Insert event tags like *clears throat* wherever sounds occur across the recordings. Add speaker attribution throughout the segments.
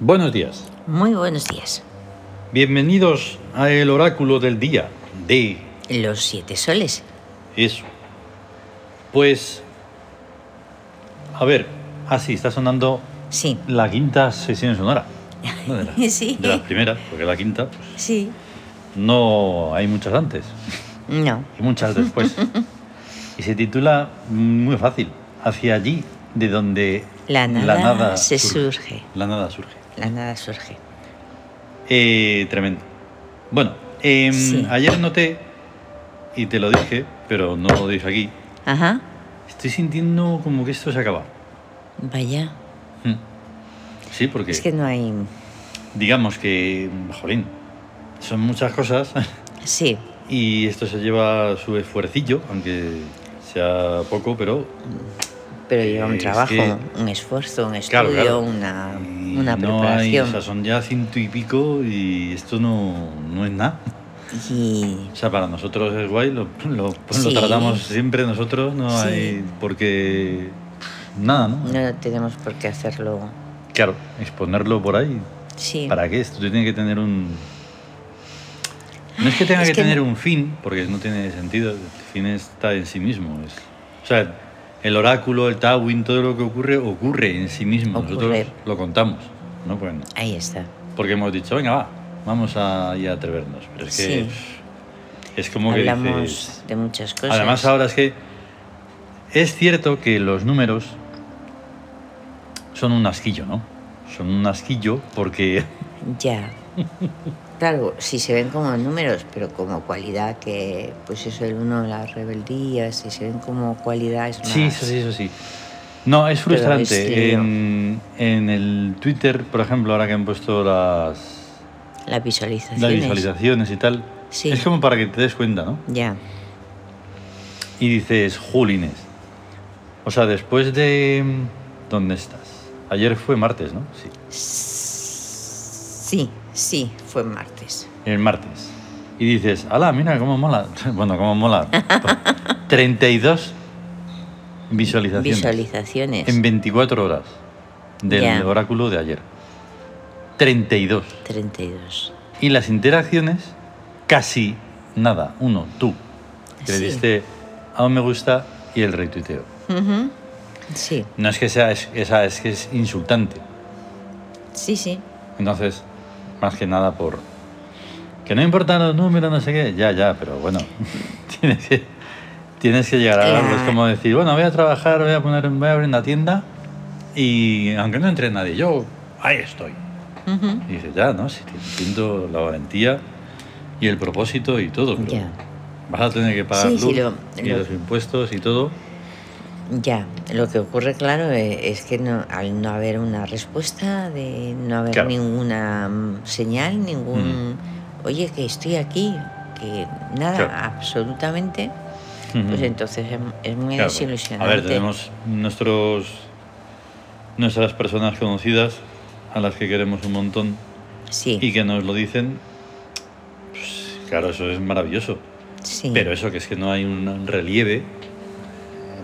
Speaker 1: Buenos días.
Speaker 2: Muy buenos días.
Speaker 1: Bienvenidos a el oráculo del día de
Speaker 2: Los siete soles.
Speaker 1: eso. Pues, a ver, así está sonando
Speaker 2: Sí.
Speaker 1: la quinta sesión sonora. ¿no? De la-
Speaker 2: *laughs* Sí.
Speaker 1: De las primeras, porque la quinta pues,
Speaker 2: Sí.
Speaker 1: no hay muchas antes
Speaker 2: No.
Speaker 1: y muchas
Speaker 2: *laughs*
Speaker 1: después. Y se titula muy fácil, hacia allí de donde
Speaker 2: La nada se surge.
Speaker 1: La nada surge.
Speaker 2: La nada surge.
Speaker 1: Eh, tremendo. Bueno, em,
Speaker 2: Sí.
Speaker 1: ayer noté, y te lo dije, pero no lo dije aquí,
Speaker 2: Ajá.
Speaker 1: estoy sintiendo como que esto se acaba.
Speaker 2: Vaya.
Speaker 1: Mm. Sí, porque
Speaker 2: Es que no hay.
Speaker 1: digamos que, jolín, son muchas cosas *laughs*
Speaker 2: Sí.
Speaker 1: y esto se lleva su esfuercillo, aunque sea poco, pero...
Speaker 2: Pero lleva un
Speaker 1: Es
Speaker 2: trabajo,
Speaker 1: que-
Speaker 2: un esfuerzo, un
Speaker 1: Claro,
Speaker 2: estudio,
Speaker 1: claro.
Speaker 2: una,
Speaker 1: Y
Speaker 2: una
Speaker 1: no hay, o
Speaker 2: preparación.
Speaker 1: sea, son ya ciento y pico y esto no, no es nada.
Speaker 2: Y.
Speaker 1: O sea, para nosotros es guay, lo, lo- lo
Speaker 2: Sí.
Speaker 1: tratamos siempre nosotros, no
Speaker 2: Sí.
Speaker 1: hay. porque. nada, ¿no?
Speaker 2: No tenemos por qué hacerlo.
Speaker 1: Claro, exponerlo por ahí.
Speaker 2: Sí.
Speaker 1: ¿Para qué? Esto tiene que tener un. No es que tenga
Speaker 2: Es
Speaker 1: que,
Speaker 2: que
Speaker 1: tener
Speaker 2: no-
Speaker 1: un fin, porque no tiene sentido, el fin está en sí mismo. es- o sea, el oráculo, el Tawin, todo lo que ocurre, ocurre en sí mismo.
Speaker 2: Ocurre.
Speaker 1: Nosotros lo contamos, ¿no? Bueno,
Speaker 2: Ahí está.
Speaker 1: porque hemos dicho, venga, va, vamos a, y a atrevernos. Pero es que.
Speaker 2: Sí.
Speaker 1: pff, Es como que
Speaker 2: Hablamos
Speaker 1: dices,
Speaker 2: de muchas cosas.
Speaker 1: Además, ahora es que es cierto que los números son un asquillo, ¿no? Son un asquillo porque,
Speaker 2: Ya. Claro, sí se ven como números, pero como cualidad que, pues eso, el uno, la rebeldía, si se ven como cualidad es
Speaker 1: *laughs*
Speaker 2: más...
Speaker 1: sí, eso sí, eso sí. No, es
Speaker 2: Pero es
Speaker 1: frustrante.
Speaker 2: lío.
Speaker 1: En, en el Twitter, por ejemplo, ahora que han puesto las,
Speaker 2: Las visualizaciones.
Speaker 1: las visualizaciones y tal,
Speaker 2: Sí.
Speaker 1: es como para que te des cuenta, ¿no?
Speaker 2: Ya,
Speaker 1: Y dices, Julines. O sea, después de... ¿Dónde estás? Ayer fue martes, ¿no? Sí.
Speaker 2: sí, sí, fue martes.
Speaker 1: el martes. Y dices, ala, mira cómo mola. *laughs* Bueno, cómo
Speaker 2: *laughs*
Speaker 1: mola. 32 visualizaciones
Speaker 2: Visualizaciones.
Speaker 1: en 24 horas del
Speaker 2: Ya.
Speaker 1: oráculo de ayer. 32.
Speaker 2: 32.
Speaker 1: Y las interacciones, casi nada. Uno, tú, que le
Speaker 2: Sí.
Speaker 1: diste a un me gusta y el retuiteo.
Speaker 2: Ujú. Sí,
Speaker 1: No es que sea, es, esa, es que es insultante.
Speaker 2: sí, sí.
Speaker 1: Entonces, más que nada por... Que no importan los números, no sé qué. Ya, ya, pero bueno. *laughs* tienes, que, tienes que llegar a algo. Es
Speaker 2: Claro.
Speaker 1: como decir, bueno, voy a trabajar, voy a, poner, voy a abrir una tienda y aunque no entre nadie, yo ahí estoy.
Speaker 2: Ujú.
Speaker 1: Y dices, ya, ¿no? Si te entiendo la valentía y el propósito y todo. Pero
Speaker 2: Ya.
Speaker 1: Vas a tener que pagar
Speaker 2: Sí, sí,
Speaker 1: luz
Speaker 2: lo-
Speaker 1: y
Speaker 2: lo-
Speaker 1: los impuestos y todo.
Speaker 2: Ya, lo que ocurre, claro, eh, es que no, al no haber una respuesta, de no haber
Speaker 1: Claro. Mm.
Speaker 2: ninguna mm, señal, ningún, oye, que estoy aquí, que nada,
Speaker 1: Claro.
Speaker 2: absolutamente, pues
Speaker 1: Ujú.
Speaker 2: entonces em- es, muy
Speaker 1: Claro, pues,
Speaker 2: desilusionante.
Speaker 1: A ver, tenemos nuestros, nuestras personas conocidas a las que queremos un montón
Speaker 2: Sí,
Speaker 1: y que nos lo dicen. Pues, claro, eso es maravilloso.
Speaker 2: sí,
Speaker 1: Pero eso, que es que no hay un relieve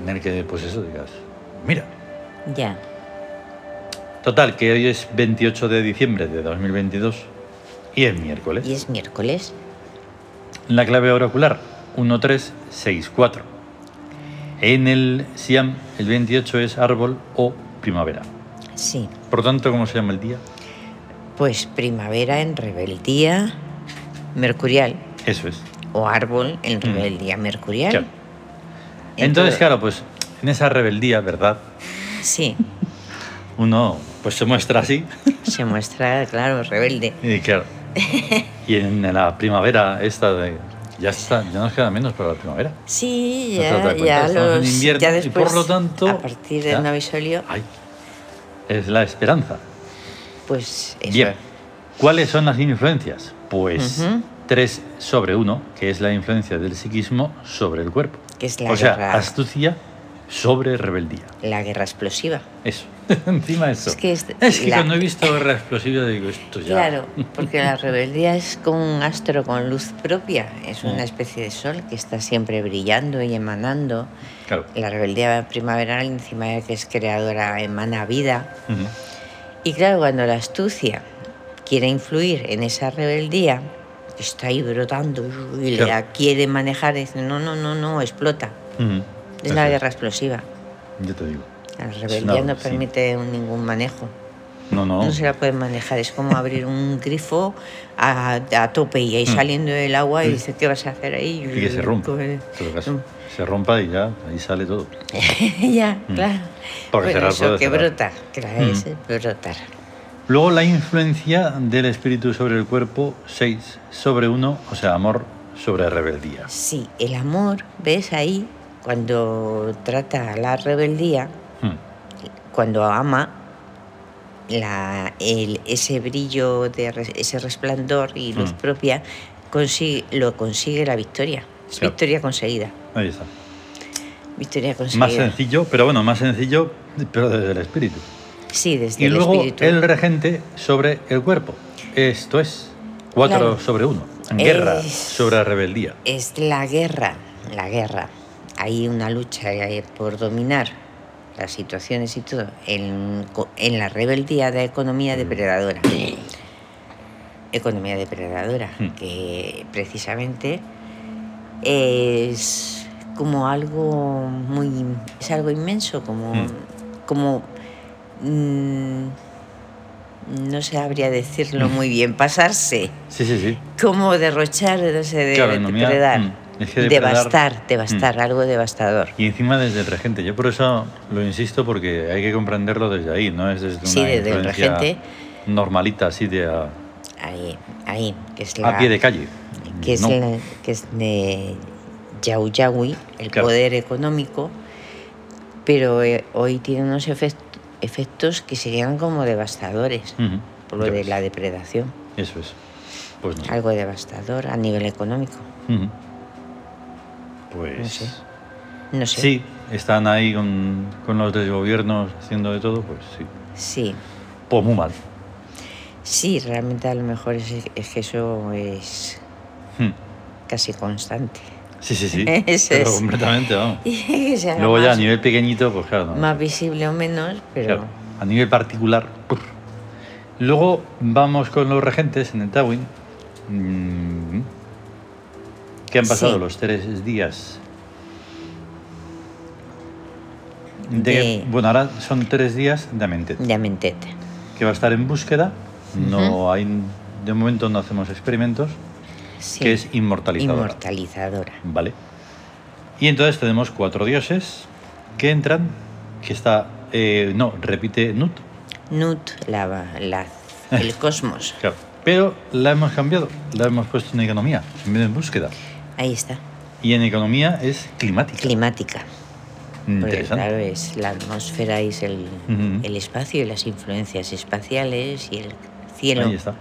Speaker 1: en el que, pues eso, digas, mira.
Speaker 2: ya,
Speaker 1: Total, que hoy es 28 de diciembre de 2022 y es miércoles.
Speaker 2: y es miércoles,
Speaker 1: La clave oracular 1364. En el Siam, el 28 es árbol o primavera.
Speaker 2: sí,
Speaker 1: Por lo tanto, ¿cómo se llama el día?
Speaker 2: pues primavera en rebeldía mercurial,
Speaker 1: Eso es.
Speaker 2: o árbol en rebeldía mercurial.
Speaker 1: Mm. Claro. Entonces, claro, pues en esa rebeldía, ¿verdad?
Speaker 2: Sí,
Speaker 1: Uno pues se muestra así.
Speaker 2: se muestra, claro, rebelde.
Speaker 1: Y
Speaker 2: *laughs*
Speaker 1: claro. Y en la primavera esta de... Ya está, ya nos queda menos para la primavera.
Speaker 2: Sí,
Speaker 1: No te das
Speaker 2: ya,
Speaker 1: cuenta,
Speaker 2: ya
Speaker 1: estamos en
Speaker 2: los
Speaker 1: invierno
Speaker 2: ya
Speaker 1: y
Speaker 2: después,
Speaker 1: por lo tanto,
Speaker 2: a partir
Speaker 1: ya.
Speaker 2: del Navisolio,
Speaker 1: Ay, es la esperanza.
Speaker 2: pues eso.
Speaker 1: Bien. ¿Cuáles son las influencias? Pues
Speaker 2: Ujú.
Speaker 1: 3 sobre 1, que es la influencia del psiquismo sobre el cuerpo.
Speaker 2: Que es la
Speaker 1: o sea,
Speaker 2: guerra.
Speaker 1: astucia sobre rebeldía.
Speaker 2: La guerra explosiva.
Speaker 1: Eso. *laughs* Encima eso.
Speaker 2: Es que es- la-
Speaker 1: cuando he visto guerra explosiva digo esto ya.
Speaker 2: Claro,
Speaker 1: *laughs*
Speaker 2: porque la rebeldía es como un astro con luz propia, es
Speaker 1: Mm.
Speaker 2: una especie de sol que está siempre brillando y emanando.
Speaker 1: Claro.
Speaker 2: La rebeldía primaveral, encima de que es creadora, emana vida.
Speaker 1: Ujú.
Speaker 2: Y claro, cuando la astucia quiere influir en esa rebeldía, está ahí brotando y
Speaker 1: Claro.
Speaker 2: la quiere manejar, dice, no, no, no, no, explota.
Speaker 1: Ujú.
Speaker 2: Es la
Speaker 1: Eso
Speaker 2: guerra explosiva.
Speaker 1: Yo te digo.
Speaker 2: La rebeldía
Speaker 1: una-
Speaker 2: no
Speaker 1: sí.
Speaker 2: permite un- ningún manejo.
Speaker 1: No, no.
Speaker 2: No se la pueden manejar.
Speaker 1: *laughs*
Speaker 2: Es como abrir un grifo a, a tope y ahí
Speaker 1: Mm.
Speaker 2: saliendo del agua y dice, ¿qué vas a hacer ahí? Pues,
Speaker 1: Y que se rompa. en todo caso. Se rompa y ya, ahí sale todo.
Speaker 2: *laughs* ya, claro.
Speaker 1: Mm. Porque
Speaker 2: bueno,
Speaker 1: cerrar
Speaker 2: eso
Speaker 1: puede
Speaker 2: que
Speaker 1: cerrar.
Speaker 2: brota, claro,
Speaker 1: Mm.
Speaker 2: es brotar.
Speaker 1: Luego la influencia del espíritu sobre el cuerpo, 6 sobre 1, o sea, amor sobre rebeldía.
Speaker 2: Sí, el amor, ves ahí, cuando trata a la rebeldía,
Speaker 1: Mm.
Speaker 2: cuando ama, la- el- ese brillo, de res- ese resplandor y luz
Speaker 1: Mm.
Speaker 2: propia, consigue, lo consigue la victoria. Es
Speaker 1: Claro.
Speaker 2: victoria conseguida.
Speaker 1: Ahí está.
Speaker 2: Victoria conseguida.
Speaker 1: Más sencillo, pero bueno, más sencillo, pero desde el espíritu.
Speaker 2: Sí, desde
Speaker 1: Y
Speaker 2: el
Speaker 1: luego
Speaker 2: espíritu.
Speaker 1: el regente sobre el cuerpo. Esto es 4
Speaker 2: Claro.
Speaker 1: sobre 1. Guerra
Speaker 2: Es-
Speaker 1: sobre rebeldía.
Speaker 2: Es la guerra, la guerra. Hay una lucha eh, por dominar las situaciones y todo en, co- en la rebeldía de economía depredadora. Economía depredadora,
Speaker 1: Hmm.
Speaker 2: que precisamente es como algo muy... es algo inmenso, como...
Speaker 1: Hmm.
Speaker 2: como mm, no sabría decirlo muy bien, pasarse
Speaker 1: Sí, sí, sí.
Speaker 2: cómo derrochar, no sé, de,
Speaker 1: Claro,
Speaker 2: de-
Speaker 1: economía,
Speaker 2: depredar.
Speaker 1: mm, es que depredar, Mm.
Speaker 2: devastar, devastar, algo devastador.
Speaker 1: Y encima desde el regente. Yo por eso lo insisto porque hay que comprenderlo desde ahí, no es desde una
Speaker 2: Sí, desde el
Speaker 1: influencia
Speaker 2: regente.
Speaker 1: normalita, así de a,
Speaker 2: Ahí, ahí, que es
Speaker 1: a
Speaker 2: la.
Speaker 1: pie de calle.
Speaker 2: que es,
Speaker 1: Ah, No.
Speaker 2: la- que es de Yau Yaui, el
Speaker 1: Claro.
Speaker 2: poder económico, pero eh, hoy tiene unos efect- efectos que serían como devastadores,
Speaker 1: Ujú.
Speaker 2: por lo
Speaker 1: Ya
Speaker 2: de
Speaker 1: ves.
Speaker 2: la depredación,
Speaker 1: Eso es. Pues no. sé.
Speaker 2: algo devastador a nivel económico.
Speaker 1: Ujú. Pues
Speaker 2: No sé. No sé.
Speaker 1: sí, están ahí con, con los desgobiernos haciendo de todo, pues sí.
Speaker 2: Sí.
Speaker 1: Pues muy mal.
Speaker 2: Sí, realmente a lo mejor es, es que eso es
Speaker 1: Ujú.
Speaker 2: casi constante. *laughs*
Speaker 1: Sí, sí, sí.
Speaker 2: Eso
Speaker 1: Pero
Speaker 2: es.
Speaker 1: completamente, vamos.
Speaker 2: Y que se haga
Speaker 1: Luego ya a
Speaker 2: más,
Speaker 1: nivel pequeñito, pues claro. no.
Speaker 2: más visible o menos, pero
Speaker 1: Claro, a nivel particular. ¡puf! Luego vamos con los regentes en el Tawin. Mm. ¿Qué han pasado
Speaker 2: Sí.
Speaker 1: los tres días? De,
Speaker 2: De- Mm.
Speaker 1: Bueno, ahora son tres días de Amentet,
Speaker 2: ya me entete.
Speaker 1: que va a estar en búsqueda. No hay, de momento no hacemos experimentos,
Speaker 2: Sí,
Speaker 1: que es inmortalizadora.
Speaker 2: inmortalizadora.
Speaker 1: Vale. Y entonces tenemos cuatro dioses que entran, que está... eh, no, repite Nut,
Speaker 2: Nut, la, la-
Speaker 1: *laughs*
Speaker 2: el cosmos.
Speaker 1: Claro. Pero la hemos cambiado, la hemos puesto en economía, en vez de en búsqueda.
Speaker 2: Ahí está,
Speaker 1: Y en economía es climática.
Speaker 2: climática. Porque
Speaker 1: Interesante.
Speaker 2: claro, es la atmósfera, es el,
Speaker 1: Ujú.
Speaker 2: el espacio y las influencias espaciales y el cielo.
Speaker 1: Ahí está.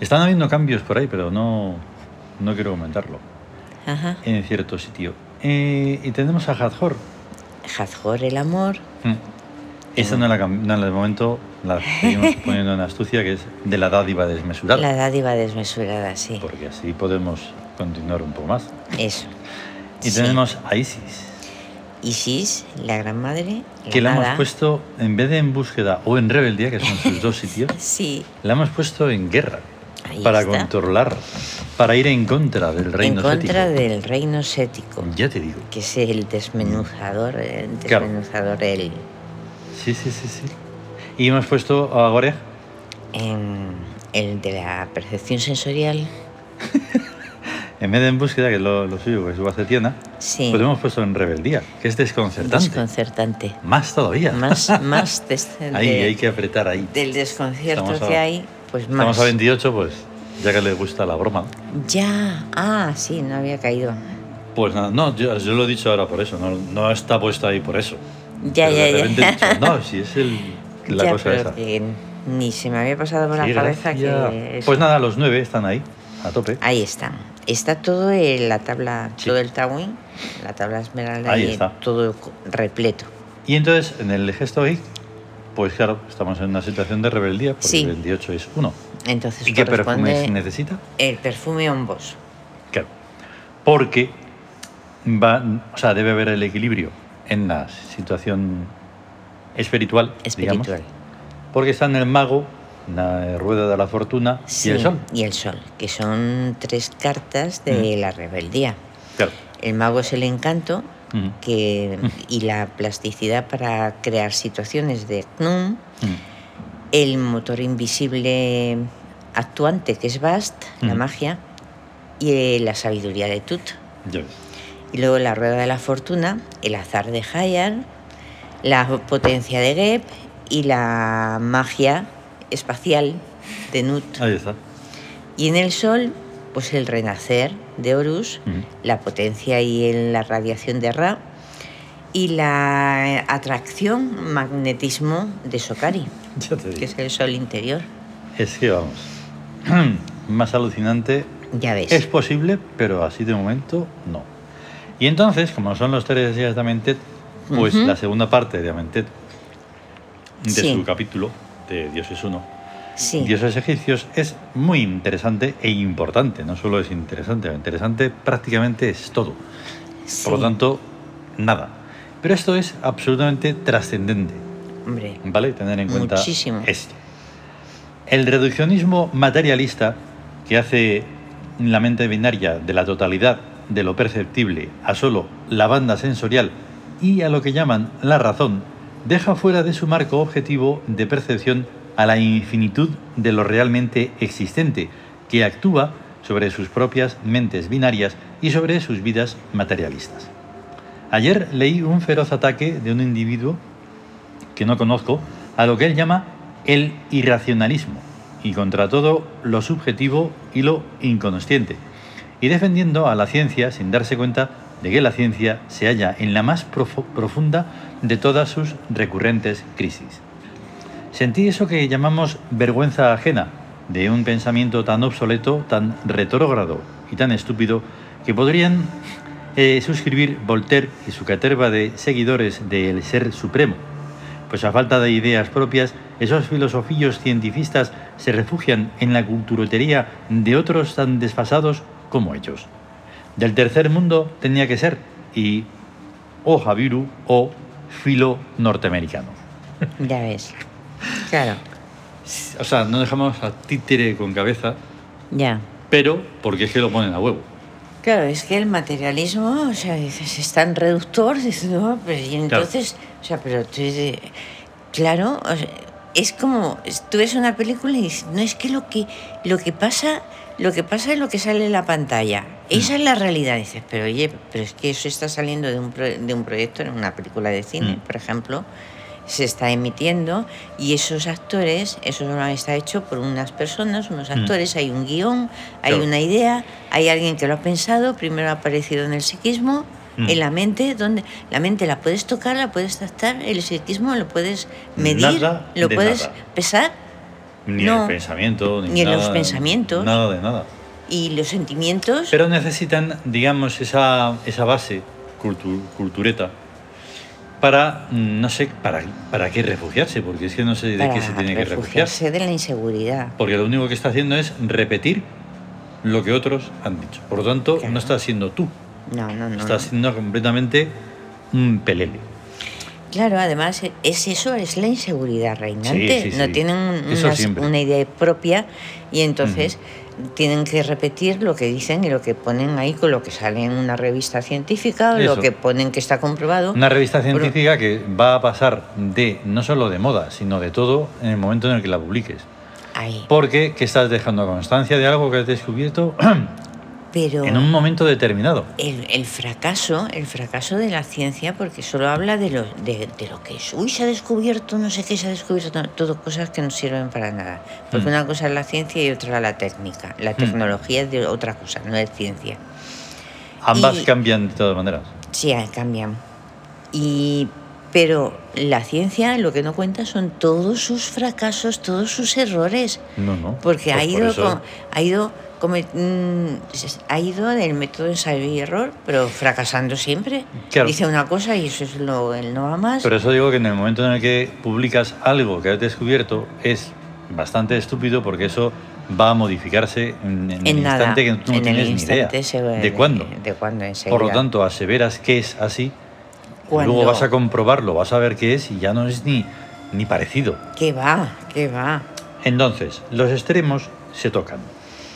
Speaker 1: Están habiendo cambios por ahí, pero no, no quiero comentarlo.
Speaker 2: Ajá.
Speaker 1: En cierto sitio. Eh, y tenemos a Hathor.
Speaker 2: Hathor, el amor.
Speaker 1: Mm. Esta no la cam- no, de momento la seguimos poniendo en astucia, que es de la dádiva desmesurada.
Speaker 2: La dádiva desmesurada, sí.
Speaker 1: Porque así podemos continuar un poco más.
Speaker 2: Eso.
Speaker 1: Y
Speaker 2: Sí.
Speaker 1: tenemos a Isis.
Speaker 2: Isis, la gran madre. La
Speaker 1: que la hemos
Speaker 2: nada.
Speaker 1: puesto, en vez de en búsqueda o en rebeldía, que son sus dos
Speaker 2: *laughs*
Speaker 1: sitios,
Speaker 2: Sí,
Speaker 1: la hemos puesto en guerra.
Speaker 2: Ahí
Speaker 1: para
Speaker 2: está.
Speaker 1: controlar, para ir en contra del reino
Speaker 2: en contra
Speaker 1: sético.
Speaker 2: del reino sético,
Speaker 1: Ya te digo.
Speaker 2: que es el desmenuzador, el
Speaker 1: Claro.
Speaker 2: desmenuzador el,
Speaker 1: Sí, sí, sí, sí. Y hemos puesto a Goreg,
Speaker 2: en- em, el de la percepción sensorial.
Speaker 1: en vez de en búsqueda, que es lo, lo suyo, que es Guacetiana,
Speaker 2: Sí,
Speaker 1: pues lo hemos puesto en rebeldía, que es desconcertante.
Speaker 2: desconcertante.
Speaker 1: Más todavía. *laughs*
Speaker 2: Más, más des- de-
Speaker 1: ahí hay que apretar ahí.
Speaker 2: del desconcierto
Speaker 1: Estamos a-
Speaker 2: que hay, pues más.
Speaker 1: Estamos a 28, pues ya que le gusta la broma.
Speaker 2: Ya, ah, sí, no había caído.
Speaker 1: Pues nada, no, yo, yo lo he dicho ahora por eso, no, no está puesto ahí por eso.
Speaker 2: Ya,
Speaker 1: Pero
Speaker 2: ya,
Speaker 1: de
Speaker 2: ya.
Speaker 1: repente he
Speaker 2: *laughs*
Speaker 1: dicho, no, si es el, la
Speaker 2: ya,
Speaker 1: cosa
Speaker 2: pero
Speaker 1: esa.
Speaker 2: que ni se me había pasado por
Speaker 1: Sí,
Speaker 2: la cabeza
Speaker 1: gracias.
Speaker 2: que. es-
Speaker 1: Pues nada, los nueve están ahí, a tope.
Speaker 2: Ahí está. Está todo en la tabla,
Speaker 1: Sí.
Speaker 2: todo el Tawin, la tabla esmeralda
Speaker 1: Ahí
Speaker 2: y
Speaker 1: está.
Speaker 2: todo co- repleto.
Speaker 1: Y entonces, en el gesto hoy, pues claro, estamos en una situación de rebeldía, porque
Speaker 2: Sí.
Speaker 1: el 28 es uno.
Speaker 2: Entonces
Speaker 1: ¿Y qué perfume se
Speaker 2: corresponde
Speaker 1: necesita?
Speaker 2: el perfume Ombos.
Speaker 1: Claro. Porque va, o sea, debe haber el equilibrio en la situación espiritual,
Speaker 2: Espiritual.
Speaker 1: digamos, porque están el mago, la eh, rueda de la fortuna y el
Speaker 2: Sí,
Speaker 1: sol.
Speaker 2: Y el sol, que son tres cartas de
Speaker 1: Mm.
Speaker 2: la rebeldía.
Speaker 1: Claro.
Speaker 2: El mago es el encanto
Speaker 1: Mm,
Speaker 2: que, y la plasticidad para crear situaciones de Gnome.
Speaker 1: mm,
Speaker 2: El motor invisible actuante, que es Bast, la
Speaker 1: Ujú.
Speaker 2: magia. Y eh, la sabiduría de Tut.
Speaker 1: ya ves.
Speaker 2: Y luego la rueda de la fortuna, el azar de Hayar, la potencia de Geb y la magia espacial de Nut.
Speaker 1: Ahí está.
Speaker 2: Y en el Sol, pues el renacer de Horus,
Speaker 1: Mm.
Speaker 2: la potencia y el- la radiación de Ra, y la atracción, magnetismo de Sokari,
Speaker 1: Ya te
Speaker 2: que
Speaker 1: digo.
Speaker 2: es el Sol interior.
Speaker 1: Es que vamos. *clears throat* Más alucinante
Speaker 2: Ya ves.
Speaker 1: es posible, pero así de momento no. Y entonces, como son los tres días de Amentet, pues
Speaker 2: Ujú.
Speaker 1: la segunda parte de Amentet, de
Speaker 2: Sí.
Speaker 1: su capítulo de Dios es uno,
Speaker 2: sí,
Speaker 1: dioses egipcios es muy interesante e importante. No solo es interesante, interesante prácticamente es todo. Por lo
Speaker 2: sí,
Speaker 1: tanto, nada. Pero esto es absolutamente trascendente,
Speaker 2: Hombre,
Speaker 1: ¿vale? Tener en cuenta
Speaker 2: Muchísimo.
Speaker 1: esto. El reduccionismo materialista que hace la mente binaria de la totalidad de lo perceptible a solo la banda sensorial y a lo que llaman la razón, deja fuera de su marco objetivo de percepción a la infinitud de lo realmente existente, que actúa sobre sus propias mentes binarias y sobre sus vidas materialistas. Ayer leí un feroz ataque de un individuo que no conozco a lo que él llama el irracionalismo y contra todo lo subjetivo y lo inconsciente, y defendiendo a la ciencia sin darse cuenta de que la ciencia se halla en la más profo- profunda de todas sus recurrentes crisis. Sentí eso que llamamos vergüenza ajena de un pensamiento tan obsoleto, tan retrógrado y tan estúpido que podrían eh, suscribir Voltaire y su caterva de seguidores del Ser Supremo. Pues a falta de ideas propias, esos filosofillos cientificistas se refugian en la culturotería de otros tan desfasados como ellos. Del tercer mundo tenía que ser y o Javiru o filo norteamericano.
Speaker 2: ya ves. Claro,
Speaker 1: O sea, no dejamos a títere con cabeza,
Speaker 2: ya.
Speaker 1: pero porque es que lo ponen a huevo.
Speaker 2: Claro, es que el materialismo, o sea, dices, es tan reductor, dices, no, pero y entonces, o sea, pero tú, dices, claro, o sea, es como, es- tú ves una película y dices, no, es que lo que, lo que pasa, lo que pasa es lo que sale en la
Speaker 1: Mm.
Speaker 2: pantalla. Esa es la realidad, dices, pero oye, pero es que eso está saliendo de un, pro- de un proyecto, en una película de cine,
Speaker 1: Mm.
Speaker 2: por ejemplo, se está emitiendo y esos actores, eso no está hecho por unas personas, unos
Speaker 1: Mm.
Speaker 2: actores, hay un guión, hay
Speaker 1: Claro.
Speaker 2: una idea, hay alguien que lo ha pensado, primero ha aparecido en el psiquismo,
Speaker 1: Mm.
Speaker 2: en la mente, donde la mente la puedes tocar, la puedes tactar, el psiquismo lo puedes medir,
Speaker 1: Nada
Speaker 2: lo
Speaker 1: de
Speaker 2: puedes
Speaker 1: nada.
Speaker 2: pesar
Speaker 1: Ni
Speaker 2: No.
Speaker 1: el pensamiento, ni,
Speaker 2: Ni en
Speaker 1: nada,
Speaker 2: los pensamientos.
Speaker 1: Nada de nada.
Speaker 2: y los sentimientos,
Speaker 1: Pero necesitan, digamos, esa, esa base cultu- cultureta para, mm, no sé, para, para qué refugiarse, porque es que no sé de
Speaker 2: para
Speaker 1: qué se tiene que refugiar.
Speaker 2: refugiarse de la inseguridad.
Speaker 1: Porque lo único que está haciendo es repetir lo que otros han dicho. Por lo tanto,
Speaker 2: Claro.
Speaker 1: no estás siendo tú,
Speaker 2: No, no, no.
Speaker 1: estás siendo completamente un pelele.
Speaker 2: Claro, además e- es eso, es la inseguridad reinante.
Speaker 1: Sí, sí,
Speaker 2: no
Speaker 1: sí.
Speaker 2: tienen un-
Speaker 1: Eso
Speaker 2: unas-
Speaker 1: siempre.
Speaker 2: una idea propia y entonces tienen que repetir lo que dicen y lo que ponen ahí con lo que sale en una revista científica o lo
Speaker 1: Eso.
Speaker 2: que ponen que está comprobado.
Speaker 1: Una revista
Speaker 2: Pero-
Speaker 1: científica que va a pasar de no solo de moda, sino de todo en el momento en el que la publiques.
Speaker 2: Ahí.
Speaker 1: Porque que estás dejando constancia de algo que has descubierto *clears throat*
Speaker 2: Pero
Speaker 1: en un momento determinado.
Speaker 2: el, el fracaso, el fracaso de la ciencia, porque solo habla de lo, de, de lo que es. Uy, se ha descubierto, no sé qué se ha descubierto, no, todo cosas que no sirven para nada. Porque
Speaker 1: Mm.
Speaker 2: una cosa es la ciencia y otra la técnica. La tecnología es de otra cosa, no es ciencia.
Speaker 1: Ambas
Speaker 2: Y-
Speaker 1: cambian de todas maneras.
Speaker 2: Sí, ah, cambian. Y, pero la ciencia lo que no cuenta son todos sus fracasos, todos sus errores.
Speaker 1: No, no.
Speaker 2: Porque ha
Speaker 1: Pues por
Speaker 2: ido,
Speaker 1: eso-
Speaker 2: con- ha ido come- mm, se- ha ido del método ensayo y error, pero fracasando siempre.
Speaker 1: Claro.
Speaker 2: Dice una cosa y eso es lo él no va más.
Speaker 1: Por eso digo que en el momento en el que publicas algo que has descubierto es bastante estúpido porque eso va a modificarse en, en el
Speaker 2: en nada.
Speaker 1: instante que tú no
Speaker 2: en
Speaker 1: tienes
Speaker 2: el
Speaker 1: ni idea
Speaker 2: instante se va-
Speaker 1: de cuándo.
Speaker 2: De cuándo enseguida.
Speaker 1: Por lo tanto, aseveras que es así,
Speaker 2: Cuando-
Speaker 1: luego vas a comprobarlo, vas a ver qué es y ya no es ni ni parecido.
Speaker 2: Que va, que va.
Speaker 1: Entonces, los extremos se tocan.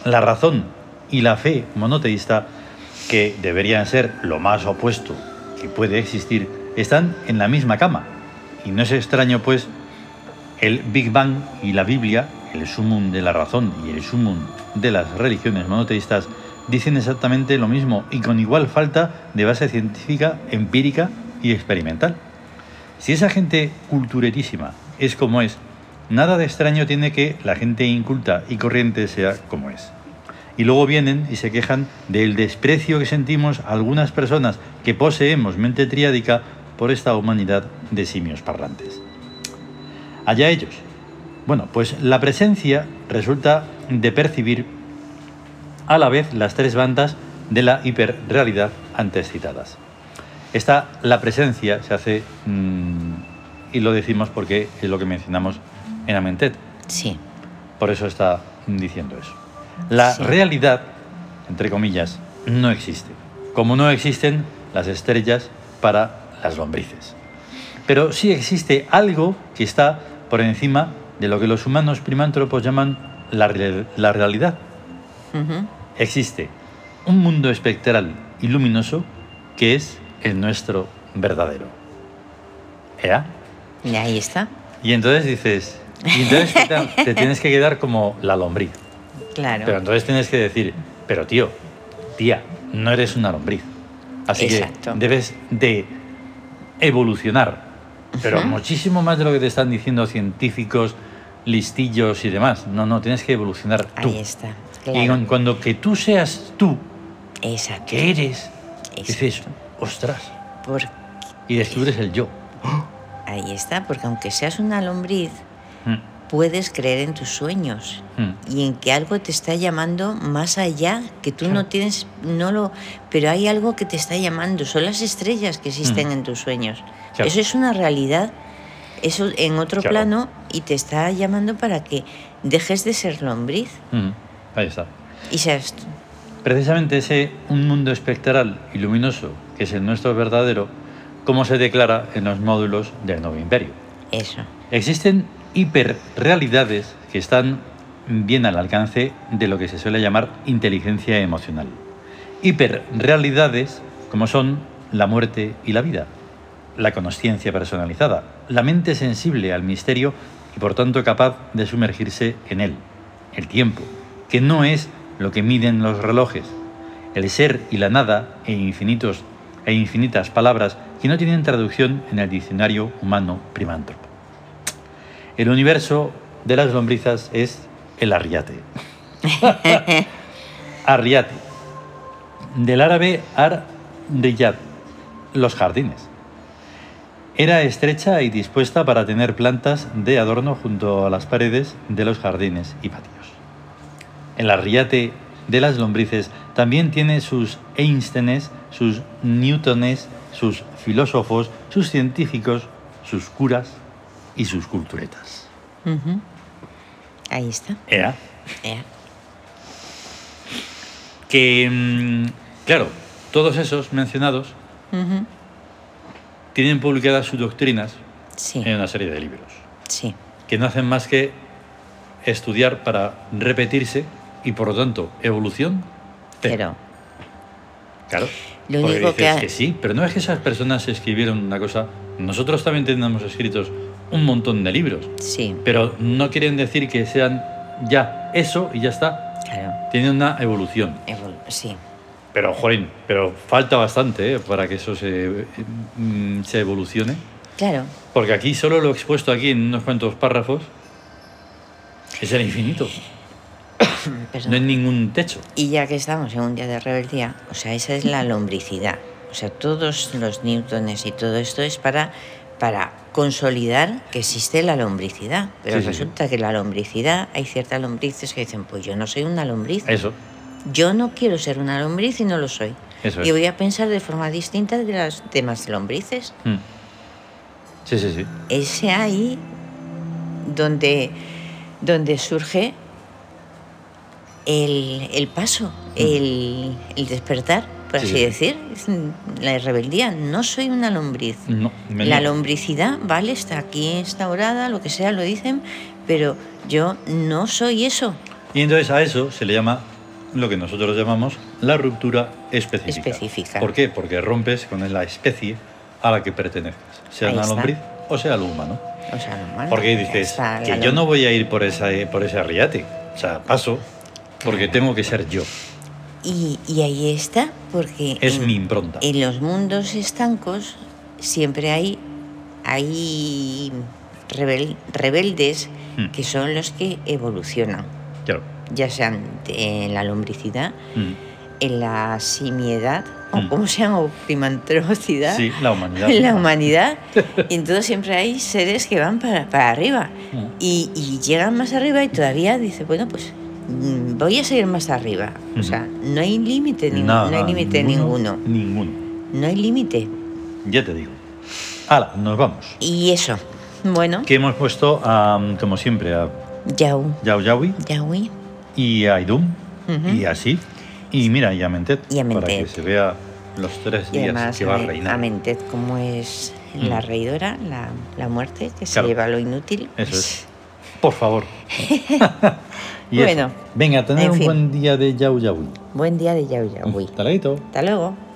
Speaker 1: La razón y la fe monoteísta, que deberían ser lo más opuesto que puede existir, están en la misma cama. Y no es extraño, pues, el Big Bang y la Biblia, el sumum de la razón y el sumum de las religiones monoteístas, dicen exactamente lo mismo y con igual falta de base científica, empírica y experimental. Si esa gente culturetísima es como es, nada de extraño tiene que la gente inculta y corriente sea como es. Y luego vienen y se quejan del desprecio que sentimos a algunas personas que poseemos mente triádica por esta humanidad de simios parlantes. Allá ellos. Bueno, pues la presencia resulta de percibir a la vez las tres bandas de la hiperrealidad antes citadas. Esta, la presencia, se hace, mmm, y lo decimos porque es lo que mencionamos en Amentet.
Speaker 2: Sí.
Speaker 1: Por eso está diciendo eso. La
Speaker 2: Sí.
Speaker 1: realidad, entre comillas, no existe. Como no existen las estrellas para las lombrices. Pero sí existe algo que está por encima de lo que los humanos primántropos llaman la, re- la realidad.
Speaker 2: Ujú.
Speaker 1: Existe un mundo espectral y luminoso que es el nuestro verdadero. ¿Ea?
Speaker 2: Y ahí está.
Speaker 1: Y entonces dices, y entonces ¿qué tal?
Speaker 2: *laughs*
Speaker 1: te tienes que quedar como la lombriz.
Speaker 2: Claro.
Speaker 1: Pero entonces tienes que decir, pero tío, tía, no eres una lombriz. Así
Speaker 2: Exacto.
Speaker 1: que debes de evolucionar, pero
Speaker 2: Ujú.
Speaker 1: muchísimo más de lo que te están diciendo científicos, listillos y demás. No, no, tienes que evolucionar tú.
Speaker 2: ahí está.
Speaker 1: Y
Speaker 2: Claro.
Speaker 1: con- cuando que tú seas tú,
Speaker 2: Exacto.
Speaker 1: que eres, dices,
Speaker 2: Exacto.
Speaker 1: ostras,
Speaker 2: Por-
Speaker 1: y descubres el yo.
Speaker 2: ahí está, porque aunque seas una lombriz,
Speaker 1: Mm,
Speaker 2: puedes creer en tus sueños
Speaker 1: mm.
Speaker 2: y en que algo te está llamando más allá, que tú no
Speaker 1: Claro.
Speaker 2: tienes, no lo, pero hay algo que te está llamando, son las estrellas que existen
Speaker 1: Ujú.
Speaker 2: en tus sueños.
Speaker 1: Claro.
Speaker 2: Eso es una realidad, eso en otro
Speaker 1: Claro.
Speaker 2: plano y te está llamando para que dejes de ser lombriz
Speaker 1: Mm, Ahí está.
Speaker 2: y seas tú.
Speaker 1: Precisamente ese un mundo espectral y luminoso, que es el nuestro verdadero, como se declara en los módulos del nuevo imperio.
Speaker 2: eso.
Speaker 1: Existen hiperrealidades que están bien al alcance de lo que se suele llamar inteligencia emocional. Hiperrealidades como son la muerte y la vida, la consciencia personalizada, la mente sensible al misterio y por tanto capaz de sumergirse en él, el tiempo, que no es lo que miden los relojes, el ser y la nada e infinitos e infinitas palabras que no tienen traducción en el diccionario humano primántropo. El universo de las lombrizas es el arriate. arriate. Del árabe ar riyad, los jardines. Era estrecha y dispuesta para tener plantas de adorno junto a las paredes de los jardines y patios. El arriate de las lombrices también tiene sus Einsteines, sus Newtones, sus filósofos, sus científicos, sus curas y sus culturetas.
Speaker 2: Ujú. Ahí está.
Speaker 1: Ea.
Speaker 2: Ea.
Speaker 1: Que, mm, claro, todos esos mencionados
Speaker 2: Ujú.
Speaker 1: tienen publicadas sus doctrinas
Speaker 2: Sí,
Speaker 1: en una serie de libros,
Speaker 2: sí,
Speaker 1: que no hacen más que estudiar para repetirse y, por lo tanto, evolución. cero.
Speaker 2: pero
Speaker 1: Claro.
Speaker 2: Lo
Speaker 1: porque
Speaker 2: único
Speaker 1: dices
Speaker 2: que ha-
Speaker 1: que sí, pero no es que esas personas escribieron una cosa. Nosotros también tenemos escritos un montón de libros,
Speaker 2: sí,
Speaker 1: pero no quieren decir que sean ya eso y ya está.
Speaker 2: claro.
Speaker 1: Tienen una evolución.
Speaker 2: Evol- sí,
Speaker 1: Pero, jolín, pero falta bastante ¿eh? para que eso se, mm, se evolucione.
Speaker 2: claro.
Speaker 1: Porque aquí solo lo expuesto aquí en unos cuantos párrafos es el infinito.
Speaker 2: Perdón.
Speaker 1: Mm. No hay ningún techo.
Speaker 2: Y ya que estamos en un día de rebeldía, o sea, esa es la lombricidad. O sea, todos los newtones y todo esto es para, para consolidar que existe la lombricidad. Pero
Speaker 1: Sí, sí,
Speaker 2: resulta que la lombricidad, hay ciertas lombrices que dicen, pues yo no soy una lombriz.
Speaker 1: Eso.
Speaker 2: Yo no quiero ser una lombriz y no lo soy.
Speaker 1: Eso
Speaker 2: y
Speaker 1: es.
Speaker 2: voy a pensar de forma distinta de las demás lombrices.
Speaker 1: Mm. Sí, sí, sí.
Speaker 2: Ese ahí donde, donde surge el, el paso, el, el despertar. por
Speaker 1: Mm. Sí,
Speaker 2: así
Speaker 1: sí.
Speaker 2: decir. Es La rebeldía, no soy una lombriz.
Speaker 1: No, me-
Speaker 2: La
Speaker 1: no.
Speaker 2: lombricidad, vale, está aquí instaurada, lo que sea, lo dicen, pero yo no soy eso
Speaker 1: Y entonces a eso se le llama lo que nosotros llamamos la ruptura específica.
Speaker 2: Específica.
Speaker 1: ¿Por qué? Porque rompes con la especie a la que pertenezcas, sea
Speaker 2: Ahí
Speaker 1: una
Speaker 2: está.
Speaker 1: lombriz o sea lo humano.
Speaker 2: O sea, normal.
Speaker 1: Porque dices
Speaker 2: Está la
Speaker 1: que yo
Speaker 2: lom-
Speaker 1: no voy a ir por, esa, eh, por ese arriate, o sea, paso, porque tengo que ser yo,
Speaker 2: Y, y ahí está, porque
Speaker 1: es
Speaker 2: en,
Speaker 1: mi impronta.
Speaker 2: en los mundos estancos siempre hay, hay rebel- rebeldes
Speaker 1: Hmm.
Speaker 2: que son los que evolucionan,
Speaker 1: Claro.
Speaker 2: ya sean en la lombricidad,
Speaker 1: Mm.
Speaker 2: en la simiedad,
Speaker 1: Hmm.
Speaker 2: o como se llama, o primantrocidad.
Speaker 1: Sí, la humanidad.
Speaker 2: en *laughs*
Speaker 1: *laughs*
Speaker 2: la humanidad. Y entonces siempre hay seres que van para, para arriba.
Speaker 1: Mm.
Speaker 2: Y, y llegan más arriba y todavía dice, bueno, pues mm, voy a seguir más arriba. O sea, no hay límite
Speaker 1: No,
Speaker 2: nin-
Speaker 1: no,
Speaker 2: no, hay límite ninguno.
Speaker 1: Hmm. Ninguno.
Speaker 2: No hay límite.
Speaker 1: Ya te digo. Hala, nos vamos.
Speaker 2: Y eso. Bueno,
Speaker 1: Que hemos puesto, a, mm, como siempre, a
Speaker 2: Yau,
Speaker 1: Yao Yawi
Speaker 2: Yaui.
Speaker 1: y a Idum
Speaker 2: Ujú.
Speaker 1: y así. Y mira, y a Mentet,
Speaker 2: Y a
Speaker 1: para que
Speaker 2: Mentet.
Speaker 1: se vea los tres
Speaker 2: Y
Speaker 1: días
Speaker 2: además,
Speaker 1: que va a
Speaker 2: Amen-
Speaker 1: reinar.
Speaker 2: Amentet, como es la
Speaker 1: Mm.
Speaker 2: reidora, la, la muerte, que se
Speaker 1: Claro.
Speaker 2: lleva lo inútil. pues,
Speaker 1: Eso es. Por
Speaker 2: *laughs*
Speaker 1: favor. *laughs* Y eso.
Speaker 2: Bueno.
Speaker 1: Venga, tener
Speaker 2: En
Speaker 1: un
Speaker 2: fin.
Speaker 1: buen día de Yao Yawi.
Speaker 2: Buen día de Yau Yaui.
Speaker 1: Hasta luego.
Speaker 2: Hasta luego.